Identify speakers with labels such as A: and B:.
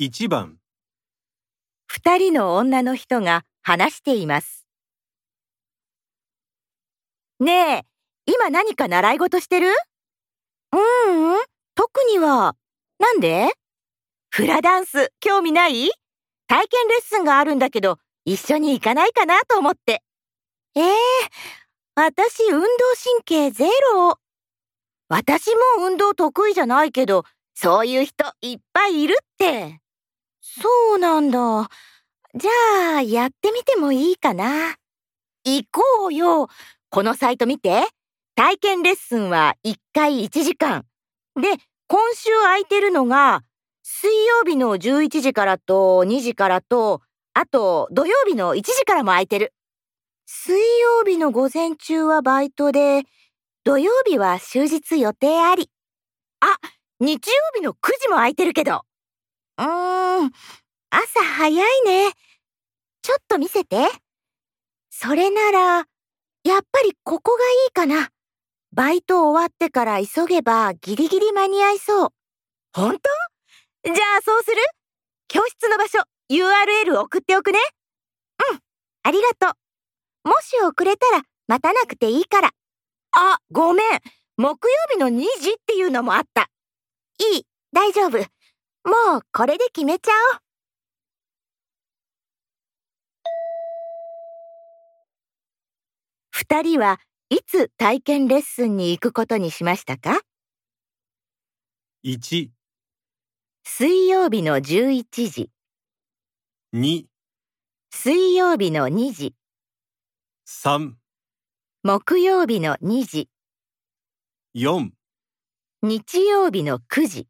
A: 1番、
B: 二人の女の人が話しています。ねえ、今何か習い事してるうーん、特には。なんでフラダンス、興味ない体験レッスンがあるんだけど、一緒に行かないかなと思って。ええ私運動神経ゼロ。私も運動得意じゃないけど、そういう人いっぱいいるって。そうなんだ。じゃあ、やってみてもいいかな。行こうよ。このサイト見て。体験レッスンは1回1時間。で、今週空いてるのが、水曜日の11時からと2時からと、あと土曜日の1時からも空いてる。水曜日の午前中はバイトで、土曜日は終日予定あり。あ、日曜日の9時も空いてるけど。うーん、朝早いね。ちょっと見せて。それなら、やっぱりここがいいかな。バイト終わってから急げばギリギリ間に合いそう。本当じゃあそうする教室の場所、URL 送っておくね。うん、ありがとう。もし遅れたら待たなくていいから。あ、ごめん。木曜日の2時っていうのもあった。いい、大丈夫。もうこれで決めちゃおう。二人はいつ体験レッスンに行くことにしましたか
A: 1、
B: 水曜日の11時、
A: 2、
B: 水曜日の2時、
A: 3、
B: 木曜日の2時、
A: 4
B: 日曜日の9時、